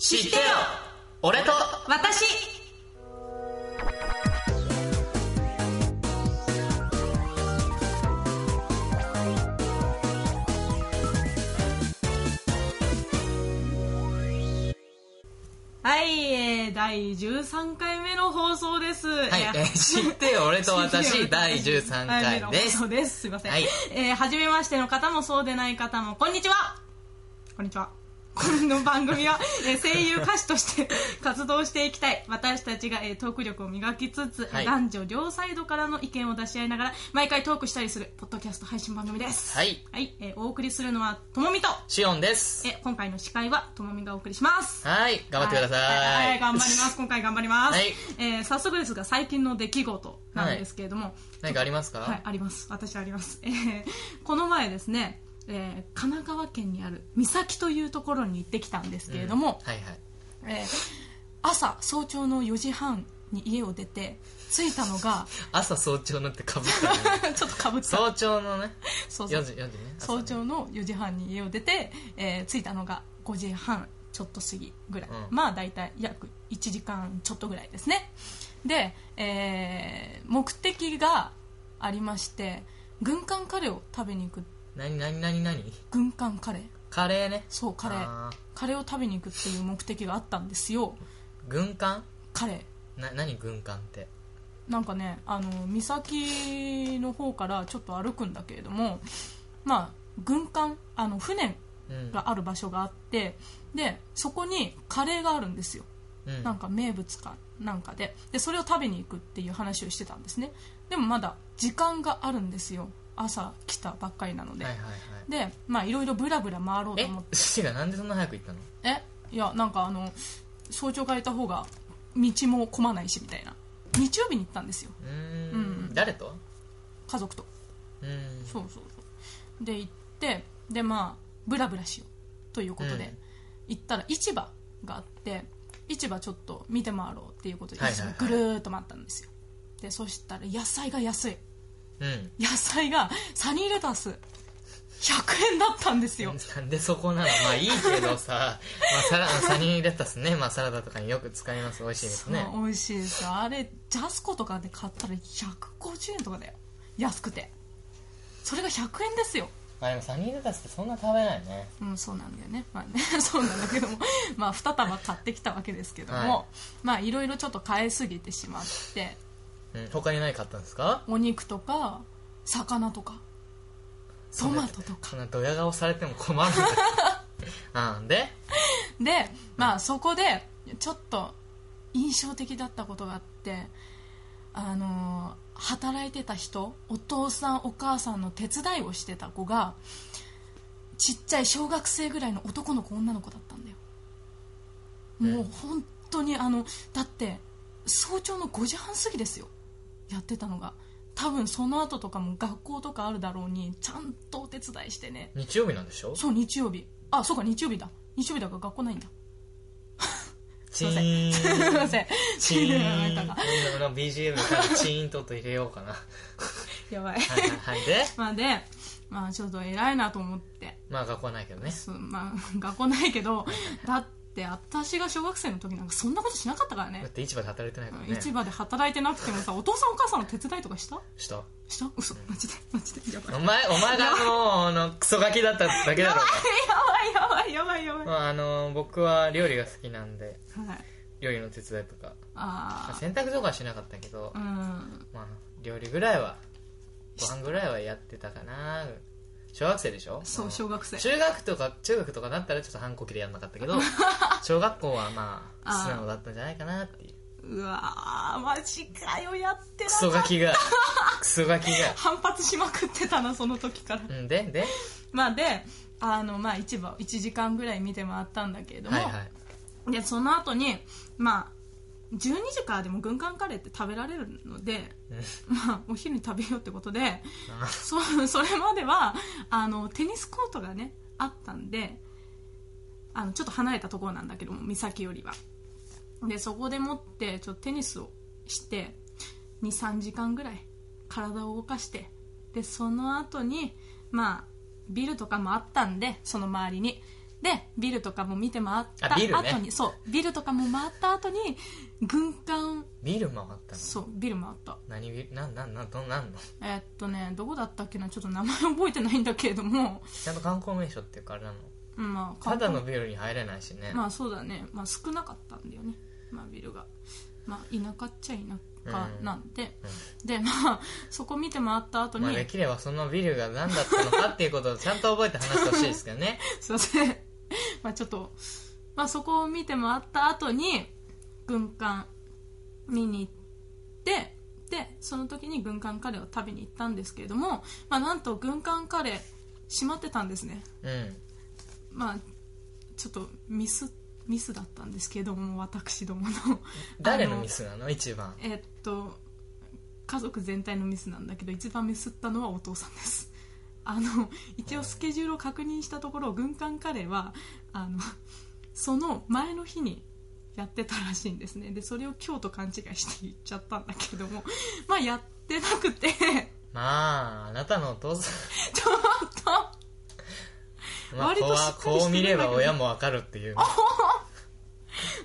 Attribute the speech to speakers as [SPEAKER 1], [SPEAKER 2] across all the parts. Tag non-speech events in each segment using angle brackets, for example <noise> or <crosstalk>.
[SPEAKER 1] 知ってよ俺と
[SPEAKER 2] 私はい、えー、第13回目の放送です。は
[SPEAKER 1] はい、えー知ってよ俺と
[SPEAKER 2] <laughs>
[SPEAKER 1] 私第13回で
[SPEAKER 2] そ
[SPEAKER 1] す
[SPEAKER 2] うです。すいません。
[SPEAKER 1] はい
[SPEAKER 2] えー初めましての方もそうでない方も、こんにちはこんにちは。この番組は、えー声優歌手として活動していきたい。私たちが、えートーク力を磨きつつ、
[SPEAKER 1] はい
[SPEAKER 2] 男女両サイドからの意見を出し合いながら、毎回トークしたりする、ポッドキャスト配信番組です。
[SPEAKER 1] はい
[SPEAKER 2] はい、えーお送りするのは、ともみと、
[SPEAKER 1] シオンです
[SPEAKER 2] えー今回の司会は、ともみがお送りします。
[SPEAKER 1] はい頑張ってくださ
[SPEAKER 2] はいはい、頑張ります。今回頑張ります。
[SPEAKER 1] はい
[SPEAKER 2] えー早速ですが、最近の出来事なんですけれども、
[SPEAKER 1] <laughs> 何かありますか、
[SPEAKER 2] はい、あります。私あります。えーこの前ですね、えー神奈川県にある三崎というところに行ってきたんですけれども、
[SPEAKER 1] はいはい
[SPEAKER 2] えー朝、早朝の4時半に家を出て、着いた
[SPEAKER 1] <laughs>
[SPEAKER 2] のが、
[SPEAKER 1] 朝早朝なんてかぶった
[SPEAKER 2] <laughs>
[SPEAKER 1] ね
[SPEAKER 2] ちょっとかぶった。
[SPEAKER 1] 早朝のね
[SPEAKER 2] そうそう
[SPEAKER 1] 4時4時ね朝
[SPEAKER 2] 早
[SPEAKER 1] ね
[SPEAKER 2] 朝の4時半に家を出て、えー着いたのが5時半ちょっと過ぎぐらい、
[SPEAKER 1] うん
[SPEAKER 2] まあ大体約1時間ちょっとぐらいですねで、えー目的がありまして軍艦カレーを食べに行く
[SPEAKER 1] 何何何何
[SPEAKER 2] 軍艦カレー
[SPEAKER 1] カレーね
[SPEAKER 2] そうカレー
[SPEAKER 1] あー
[SPEAKER 2] カレーを食べに行くっていう目的があったんですよ
[SPEAKER 1] 軍艦
[SPEAKER 2] カレー
[SPEAKER 1] な何軍艦って
[SPEAKER 2] なんかねあの岬の方からちょっと歩くんだけれどもまあ軍艦あの船
[SPEAKER 1] うん
[SPEAKER 2] がある場所があってでそこにカレーがあるんですよ
[SPEAKER 1] うん
[SPEAKER 2] なんか名物かなんかででそれを食べに行くっていう話をしてたんですねでもまだ時間があるんですよ朝来たばっかりなので、
[SPEAKER 1] はいはいはい
[SPEAKER 2] でまあいろいろブラブラ回ろうと
[SPEAKER 1] え <laughs>
[SPEAKER 2] 思っ
[SPEAKER 1] シがなんでそんな早く行ったの
[SPEAKER 2] てえいやなんかあの早朝から行った方が道も混まないしみたいな日曜日に行ったんですよ
[SPEAKER 1] うー
[SPEAKER 2] うん
[SPEAKER 1] ん誰と
[SPEAKER 2] 家族と
[SPEAKER 1] うん
[SPEAKER 2] そうそうそうで行ってでまあブラブラしようということで、
[SPEAKER 1] うん
[SPEAKER 2] 行ったら市場があって市場ちょっと見て回ろうっていうことで
[SPEAKER 1] はいはいはい
[SPEAKER 2] 市場ぐるーっと回ったんですよ、でそしたら野菜が安い
[SPEAKER 1] うん
[SPEAKER 2] 野菜がサニーレタス100円だったんですよ
[SPEAKER 1] なんでそこなのまあいいけどさ <laughs> まあサラサニーレタスね、まあ、サラダとかによく使います美味しいですね
[SPEAKER 2] そう美味しいですよあれジャスコとかで買ったら150円とかだよ安くてそれが100円ですよ
[SPEAKER 1] まあでもサニーレタスってそんな食べないね
[SPEAKER 2] うん、そうなんだよね,、まあ、ね <laughs> そうなんだけども、まあ、2束買ってきたわけですけども、
[SPEAKER 1] はい
[SPEAKER 2] まあいろいろちょっと買いすぎてしまって
[SPEAKER 1] うん他に何買ったんですか
[SPEAKER 2] お肉とか魚とかトマトとか
[SPEAKER 1] そんなドヤ顔されても困るんだよ <laughs> あんで
[SPEAKER 2] でまあそこでちょっと印象的だったことがあってあのー働いてた人お父さんお母さんの手伝いをしてた子がちっちゃい小学生ぐらいの男の子女の子だったんだよもう本当にあのだって早朝の5時半過ぎですよやってたのが多分その後とかも学校とかあるだろうにちゃんとお手伝いしてね
[SPEAKER 1] 日曜日なんでしょ
[SPEAKER 2] そう日曜日あそうか日曜日だ日曜日だから学校ないんだ
[SPEAKER 1] チーン
[SPEAKER 2] すいません。
[SPEAKER 1] チ
[SPEAKER 2] チーン
[SPEAKER 1] ーン
[SPEAKER 2] なんかが
[SPEAKER 1] 今の BGM からチーンと音入れようかなは
[SPEAKER 2] やばい。
[SPEAKER 1] いはいはいで
[SPEAKER 2] まあで、まあちょっと偉いなと思って。
[SPEAKER 1] まあ学校はないけどね
[SPEAKER 2] そうまあ、学校ないけど、だって私が小学生の時なんかそんなことしなかったから
[SPEAKER 1] だっ
[SPEAKER 2] ね。
[SPEAKER 1] て市場で働いてないからね
[SPEAKER 2] 市場で働いてなくてもさ、お父さんお母さんの手伝いとかした
[SPEAKER 1] した
[SPEAKER 2] した嘘。マジで、マジで。やばい。
[SPEAKER 1] お前お前がもうあのクソガキだっただけだろう
[SPEAKER 2] やばい、やばい、
[SPEAKER 1] <laughs>
[SPEAKER 2] やばい、やば
[SPEAKER 1] まああの僕は料理が好きなんで
[SPEAKER 2] い。はい。
[SPEAKER 1] 料理の手伝いとかまあ
[SPEAKER 2] あ
[SPEAKER 1] 洗濯とかはしなかったけど、
[SPEAKER 2] あ。うん。
[SPEAKER 1] まあ、料理ぐらいはご飯ぐらいはやってたかな小学生でしょ
[SPEAKER 2] そう、
[SPEAKER 1] ん
[SPEAKER 2] 小学生。
[SPEAKER 1] 中学とか中学とかだったらちょっと反抗期でやんなかったけど
[SPEAKER 2] <laughs>
[SPEAKER 1] 小学校はまあ
[SPEAKER 2] あー
[SPEAKER 1] 素直だったんじゃないかなっていう
[SPEAKER 2] うわー、マジかよ、やってな
[SPEAKER 1] ク
[SPEAKER 2] か
[SPEAKER 1] ソ
[SPEAKER 2] った
[SPEAKER 1] ガキ
[SPEAKER 2] <laughs>
[SPEAKER 1] がクソガキが
[SPEAKER 2] 反発しまくってたな、その時から。
[SPEAKER 1] うんでで
[SPEAKER 2] まあで、あの、まあ市場1時間ぐらい見て回ったんだけれども、
[SPEAKER 1] はいはい
[SPEAKER 2] でその後にまあ12時からでも軍艦カレーって食べられるので、
[SPEAKER 1] うん
[SPEAKER 2] まあ、お昼に食べようってこ
[SPEAKER 1] <laughs>
[SPEAKER 2] とで
[SPEAKER 1] あ
[SPEAKER 2] そそれまではあのテニスコートがねあったんであのちょっと離れたところなんだけども岬よりはでそこでもってちょっとテニスをして23時間ぐらい体を動かしてでその後にまあビルとかもあったんでその周りにでビルとかも見て回った
[SPEAKER 1] あビルね
[SPEAKER 2] 後に、そうビルとかも回った後に軍艦
[SPEAKER 1] ビル回ったの
[SPEAKER 2] そうビル回った
[SPEAKER 1] 何ビルなんなんなんどんなんの
[SPEAKER 2] えっとねどこだったっけなちょっと名前覚えてないんだけれども <laughs>
[SPEAKER 1] ちゃんと観光名所っていうかあれなの
[SPEAKER 2] うんまあ
[SPEAKER 1] ただのビルに入れないしね、
[SPEAKER 2] まあそうだね、まあ、少なかったんだよね、まあ、ビルが、まあ、田舎っちゃ田舎なんで、でまあそこ見て回った後に、
[SPEAKER 1] まあ、で
[SPEAKER 2] <laughs>
[SPEAKER 1] きればそのビルが何だったのかっていうことをちゃんと覚えて話してほしいですけど
[SPEAKER 2] <laughs>
[SPEAKER 1] ね
[SPEAKER 2] すいませんまあちょっと、まあ、そこを見て回った後に軍艦見に行ってでその時に軍艦カレーを食べに行ったんですけれども、まあ、なんと軍艦カレー閉まってたんですね
[SPEAKER 1] うん
[SPEAKER 2] まあちょっとミスミスだったんですけれども私どもの <laughs>
[SPEAKER 1] 誰のミスなの一番
[SPEAKER 2] えっと家族全体のミスなんだけど一番ミスったのはお父さんです <laughs> あの一応スケジュールを確認したところ軍艦カレーはあのその前の日にやってたらしいんですねでそれを今日と勘違いして言っちゃったんだけども <laughs> まあやってなくて <laughs>
[SPEAKER 1] まああなたのお父さ
[SPEAKER 2] ちょっと
[SPEAKER 1] ん、まあ、
[SPEAKER 2] 割
[SPEAKER 1] ことうは
[SPEAKER 2] しっかり
[SPEAKER 1] こう
[SPEAKER 2] して
[SPEAKER 1] 見
[SPEAKER 2] る
[SPEAKER 1] れ
[SPEAKER 2] んだけど
[SPEAKER 1] ば親もわかるっていう
[SPEAKER 2] <laughs>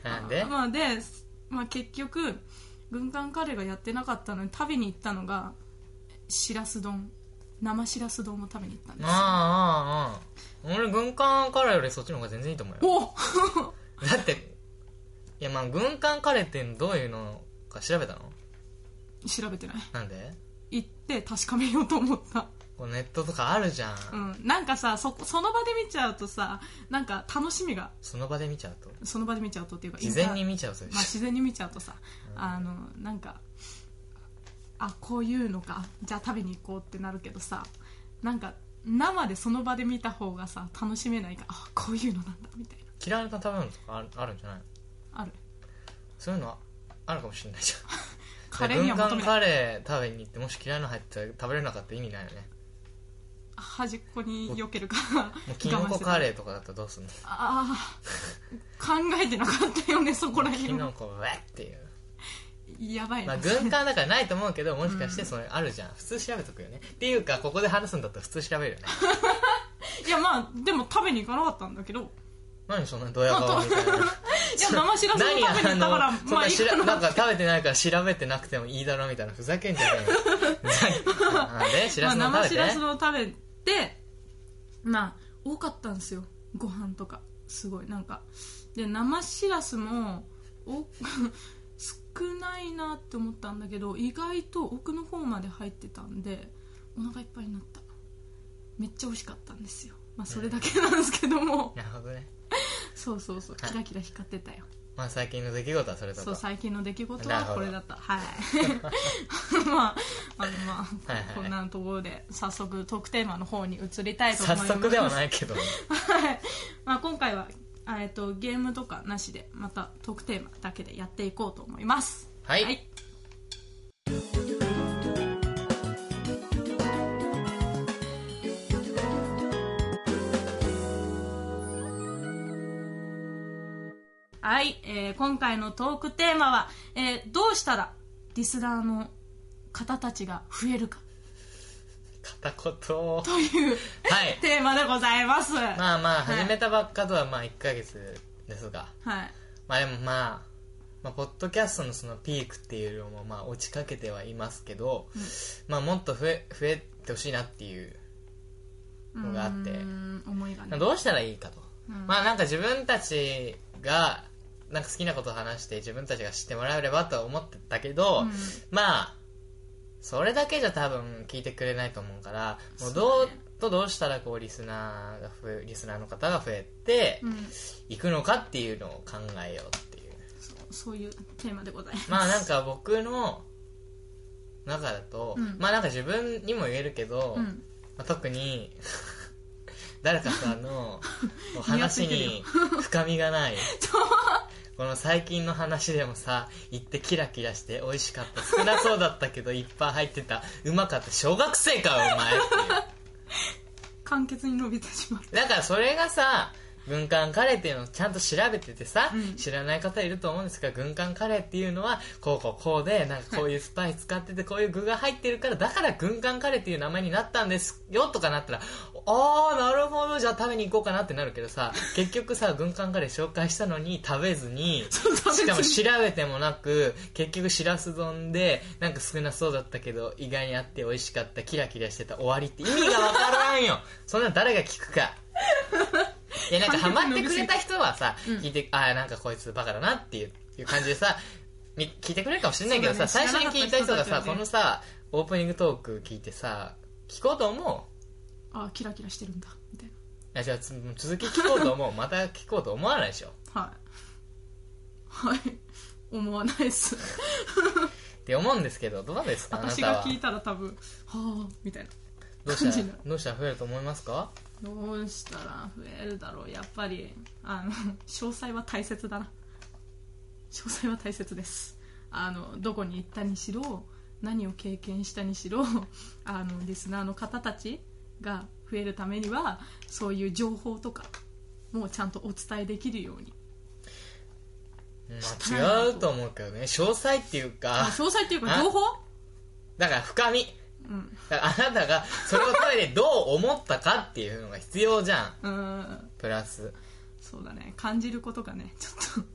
[SPEAKER 1] なんで
[SPEAKER 2] まあで、まあ、結局軍艦カレーがやってなかったのに食べに行ったのがしらす丼生しらす丼を食べに行ったんですよ
[SPEAKER 1] ああああ俺軍艦カレーよりそっちの方が全然いいと思うよ
[SPEAKER 2] お
[SPEAKER 1] だっていやまあ軍艦カレーってどういうのか調べたの
[SPEAKER 2] 調べてない
[SPEAKER 1] なんで
[SPEAKER 2] 行って確かめようと思った、
[SPEAKER 1] こうネットとかあるじゃん、
[SPEAKER 2] うん、なんかさそこその場で見ちゃうとさなんか楽しみが
[SPEAKER 1] その場で見ちゃうと
[SPEAKER 2] その場で見ちゃうとっていうか
[SPEAKER 1] 事前に
[SPEAKER 2] イン
[SPEAKER 1] 見ちゃうと
[SPEAKER 2] ターまあ、自然に見ちゃうとさ、あのなんかあこういうのかじゃあ食べに行こうってなるけどさなんか生でその場で見た方がさ楽しめないからあこういうのなんだみたいな
[SPEAKER 1] 嫌いな食べ物とかあるあるんじゃないの
[SPEAKER 2] ある
[SPEAKER 1] そういうのはあるかもしれないじゃん
[SPEAKER 2] カレーには
[SPEAKER 1] 軍
[SPEAKER 2] 求
[SPEAKER 1] 艦
[SPEAKER 2] めない
[SPEAKER 1] カレー食べに行ってもし嫌いなの入ってたら食べれなかったら意味ないよね
[SPEAKER 2] 端っこに避けるから
[SPEAKER 1] もうキノコカ
[SPEAKER 2] ー
[SPEAKER 1] レーとかだったらどうす
[SPEAKER 2] <laughs>
[SPEAKER 1] んの
[SPEAKER 2] ああ考えてなかったよ
[SPEAKER 1] <laughs>
[SPEAKER 2] ねそこら
[SPEAKER 1] キ
[SPEAKER 2] 辺
[SPEAKER 1] ノコうわっていう、
[SPEAKER 2] やばい
[SPEAKER 1] ま
[SPEAKER 2] な
[SPEAKER 1] あ、軍艦だからないと思うけどもしかしてそれあるじゃん、普通調べとくよねっていうかここで話すんだったら普通調べるよね
[SPEAKER 2] いやまあでも食べに行かなかったんだけど
[SPEAKER 1] 何そんなドヤ顔みたい
[SPEAKER 2] <laughs>
[SPEAKER 1] な
[SPEAKER 2] いや生しらすも食べに行ったから
[SPEAKER 1] 何
[SPEAKER 2] ま
[SPEAKER 1] そん
[SPEAKER 2] あ
[SPEAKER 1] ない
[SPEAKER 2] い
[SPEAKER 1] し
[SPEAKER 2] からな
[SPEAKER 1] なんか食べてないから調べてなくてもいいだろみたいなふざけんじゃねえよ
[SPEAKER 2] <laughs>
[SPEAKER 1] なんでしらすの
[SPEAKER 2] まあ、
[SPEAKER 1] 食べて、
[SPEAKER 2] 生しらすを食べてまあ多かったんですよご飯とかすごいなんかで生しらすもお <laughs> 少ないなって思ったんだけど意外と奥の方まで入ってたんでお腹いっぱいになっためっちゃ美味しかったんですよまあそれだけなんですけども、
[SPEAKER 1] なるほどね
[SPEAKER 2] そうそうそう
[SPEAKER 1] はい
[SPEAKER 2] キラキラ光ってたよ、
[SPEAKER 1] まあ最近の出来事はそれとか
[SPEAKER 2] そう最近の出来事
[SPEAKER 1] なる
[SPEAKER 2] は
[SPEAKER 1] ほど
[SPEAKER 2] これだったはい
[SPEAKER 1] <laughs>
[SPEAKER 2] まああのまあ、
[SPEAKER 1] はいはい
[SPEAKER 2] こんなところで早速トークテーマの方に移りたいと思
[SPEAKER 1] 早
[SPEAKER 2] います
[SPEAKER 1] 速ではないけど
[SPEAKER 2] はいまあ、今回は、あえっと、ゲームとかなしでまたトークテーマだけでやっていこうと思います
[SPEAKER 1] はい、
[SPEAKER 2] はいえー今回のトークテーマは、えーどうしたらリスナーの方たちが増えるか
[SPEAKER 1] 片言を
[SPEAKER 2] という
[SPEAKER 1] はい
[SPEAKER 2] テーマでございます、は
[SPEAKER 1] まあまあ
[SPEAKER 2] はい
[SPEAKER 1] 始めたばっかとはまあ1ヶ月ですが、
[SPEAKER 2] い、
[SPEAKER 1] まあでもまあ、まあ、ポッドキャストのそのピークっていうのもまあ落ちかけてはいますけど、まあもっと増え増えてほしいなっていうのがあって
[SPEAKER 2] うーん思いがね
[SPEAKER 1] どうしたらいいかと、
[SPEAKER 2] うん
[SPEAKER 1] まあなんか自分たちがなんか好きなことを話して自分たちが知ってもらえればとは思ってたけど、
[SPEAKER 2] うん
[SPEAKER 1] まあそれだけじゃ多分聞いてくれないと思うからもうど
[SPEAKER 2] そううね
[SPEAKER 1] とどうしたらこうリスナーが増えリスナーの方が増えて
[SPEAKER 2] うん
[SPEAKER 1] いくのかっていうのを考えようっていう
[SPEAKER 2] そうそういうテーマでございます、
[SPEAKER 1] まあなんか僕の中だと、
[SPEAKER 2] うん
[SPEAKER 1] まあなんか自分にも言えるけど、
[SPEAKER 2] うん
[SPEAKER 1] まあ、特に <laughs> 誰かさんのこう話に深みがないこの最近の話でもさ行ってキラキラして美味しかった少なそうだったけどいっぱい入ってたうまかった小学生かお前っていう
[SPEAKER 2] 簡潔に伸びてしまう
[SPEAKER 1] だからそれがさ軍艦カレーっていうのをちゃんと調べててさ、
[SPEAKER 2] うん
[SPEAKER 1] 知らない方いると思うんですが軍艦カレーっていうのはこうこうこうでなんかこういうスパイス使っててこういう具が入ってるからだから軍艦カレーっていう名前になったんですよとかなったらああなるほどじゃあ食べに行こうかなってなるけどさ結局さ軍艦カレー紹介したのに食べずにしかも調べてもなく結局しらす丼でなんか少なそうだったけど意外にあって美味しかったキラキラしてた終わりって意味がわからんよ <laughs> そんなの誰が聞くかいやなんかハマってくれた人はさ、
[SPEAKER 2] うん
[SPEAKER 1] 聞いてああなんかこいつバカだなっていういう感じでさみ聞いてくれるかもしれないけどさ、
[SPEAKER 2] そ
[SPEAKER 1] 最
[SPEAKER 2] うだね
[SPEAKER 1] 初に聞いた人が
[SPEAKER 2] 知
[SPEAKER 1] さ
[SPEAKER 2] らなかった人たち
[SPEAKER 1] こ
[SPEAKER 2] はね
[SPEAKER 1] のさオープニングトーク聞いてさ聞こうと思う
[SPEAKER 2] あキラキラしてるんだみたい
[SPEAKER 1] いやじゃあつ続き聞こうと思うまた聞こうと思わないでしょ
[SPEAKER 2] なはいはい思わないです
[SPEAKER 1] って思うんですけどどうですかあな
[SPEAKER 2] 私
[SPEAKER 1] た
[SPEAKER 2] が
[SPEAKER 1] は
[SPEAKER 2] 聞いたら多分はあみたいな
[SPEAKER 1] どうした
[SPEAKER 2] 感じ
[SPEAKER 1] ら
[SPEAKER 2] の
[SPEAKER 1] どうしたら増えると思いますか
[SPEAKER 2] どうしたら増えるだろうやっぱりあの詳細は大切だな詳細は大切ですあのどこに行ったにしろ何を経験したにしろあのリスナーの方たちが増えるためにはそういう情報とかもちゃんとお伝えできるように
[SPEAKER 1] まあ、違うと思うけどね詳細っていうか
[SPEAKER 2] あ <laughs> 詳細っていうか
[SPEAKER 1] あ
[SPEAKER 2] 情報
[SPEAKER 1] だから深み
[SPEAKER 2] うん
[SPEAKER 1] だからあなたがそれをトイレでどう思ったかっていうのが必要じゃん
[SPEAKER 2] うーん
[SPEAKER 1] プラス
[SPEAKER 2] そうだね感じることがねちょっと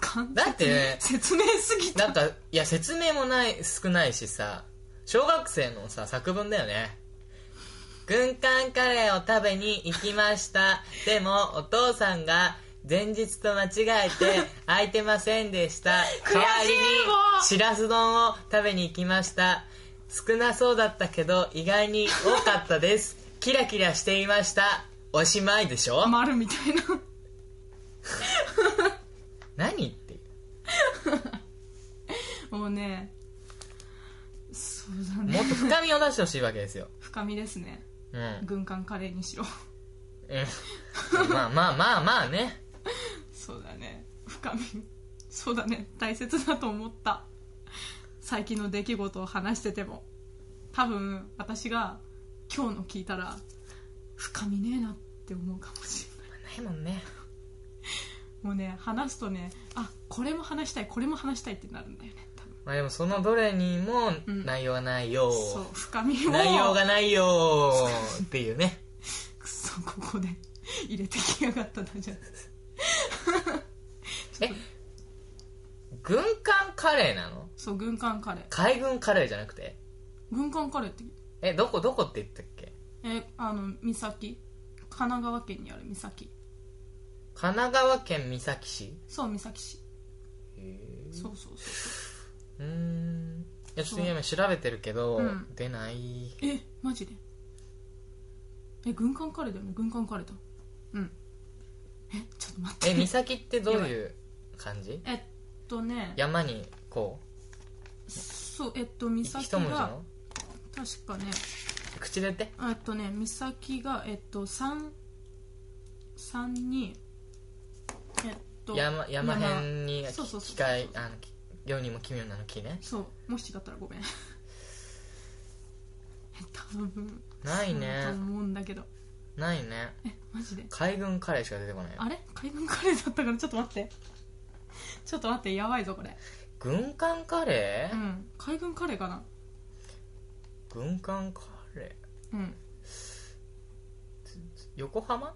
[SPEAKER 2] 感
[SPEAKER 1] だってね
[SPEAKER 2] 説明すぎた
[SPEAKER 1] なんかいや説明もない少ないしさ小学生のさ作文だよね軍艦カレーを食べに行きましたでもお父さんが前日と間違え
[SPEAKER 2] <laughs>
[SPEAKER 1] て空いてませんでした
[SPEAKER 2] 悔しい
[SPEAKER 1] 代わり
[SPEAKER 2] も
[SPEAKER 1] に
[SPEAKER 2] う
[SPEAKER 1] しらす丼を食べに行きました少なそうだったけど意外に多かったですキラキラしていましたおしまいでしょ
[SPEAKER 2] 丸みたいな
[SPEAKER 1] 何っていう
[SPEAKER 2] もうねそうだね
[SPEAKER 1] もっと深みを出してほしいわけですよ
[SPEAKER 2] 深みですね
[SPEAKER 1] うん
[SPEAKER 2] 軍艦カレーにしろ
[SPEAKER 1] うん <laughs> まあまあまあまあね
[SPEAKER 2] そうだね深みそうだね大切だと思った最近の出来事を話してても多分私が今日の聞いたら深みねえなって思うかもしれない
[SPEAKER 1] ないもんね
[SPEAKER 2] もうね話すとねあこれも話したいこれも話したいってなるんだよね多分
[SPEAKER 1] まあでもそのどれにも
[SPEAKER 2] うん
[SPEAKER 1] 内容がないよ、
[SPEAKER 2] そう深みを
[SPEAKER 1] 内容がないよっていうね
[SPEAKER 2] くそここで <laughs> 入れてきやがったなじゃ
[SPEAKER 1] え軍艦カレーなの
[SPEAKER 2] そう軍艦カレー
[SPEAKER 1] 海軍カレーじゃなくて
[SPEAKER 2] 軍艦カレーって
[SPEAKER 1] えどこどこって言ったっけ
[SPEAKER 2] えあの三崎神奈川県にある三崎
[SPEAKER 1] 神奈川県三崎市
[SPEAKER 2] そう三崎市
[SPEAKER 1] へ
[SPEAKER 2] そうそうそう
[SPEAKER 1] ーうーんいやちょっと今調べてるけど、
[SPEAKER 2] うん
[SPEAKER 1] 出ない
[SPEAKER 2] えマジでえ軍艦カレーだよね軍艦カレーだうんえちょっと待
[SPEAKER 1] え
[SPEAKER 2] って
[SPEAKER 1] 三崎ってどういう感じ
[SPEAKER 2] えっとね
[SPEAKER 1] 山にこ
[SPEAKER 2] そうえっと三
[SPEAKER 1] う一
[SPEAKER 2] 崎
[SPEAKER 1] 文字
[SPEAKER 2] が
[SPEAKER 1] の
[SPEAKER 2] 確かね
[SPEAKER 1] 口で言って
[SPEAKER 2] えっとね三崎がえっと三三にえっと
[SPEAKER 1] 山山辺に
[SPEAKER 2] そうそうそう
[SPEAKER 1] 機械あのき世にも奇妙なの木ね
[SPEAKER 2] そうもし違ったらごめん <laughs> え多分
[SPEAKER 1] ないね
[SPEAKER 2] そうだと思うんだけど
[SPEAKER 1] ないね
[SPEAKER 2] えマジで
[SPEAKER 1] 海軍カレーしか出てこないよ
[SPEAKER 2] あれ海軍カレーだったからちょっと待ってちょっと待ってやばいぞこれ
[SPEAKER 1] 軍艦カレー、
[SPEAKER 2] うん海軍カレーかな
[SPEAKER 1] 軍艦カレ
[SPEAKER 2] うん
[SPEAKER 1] ー横浜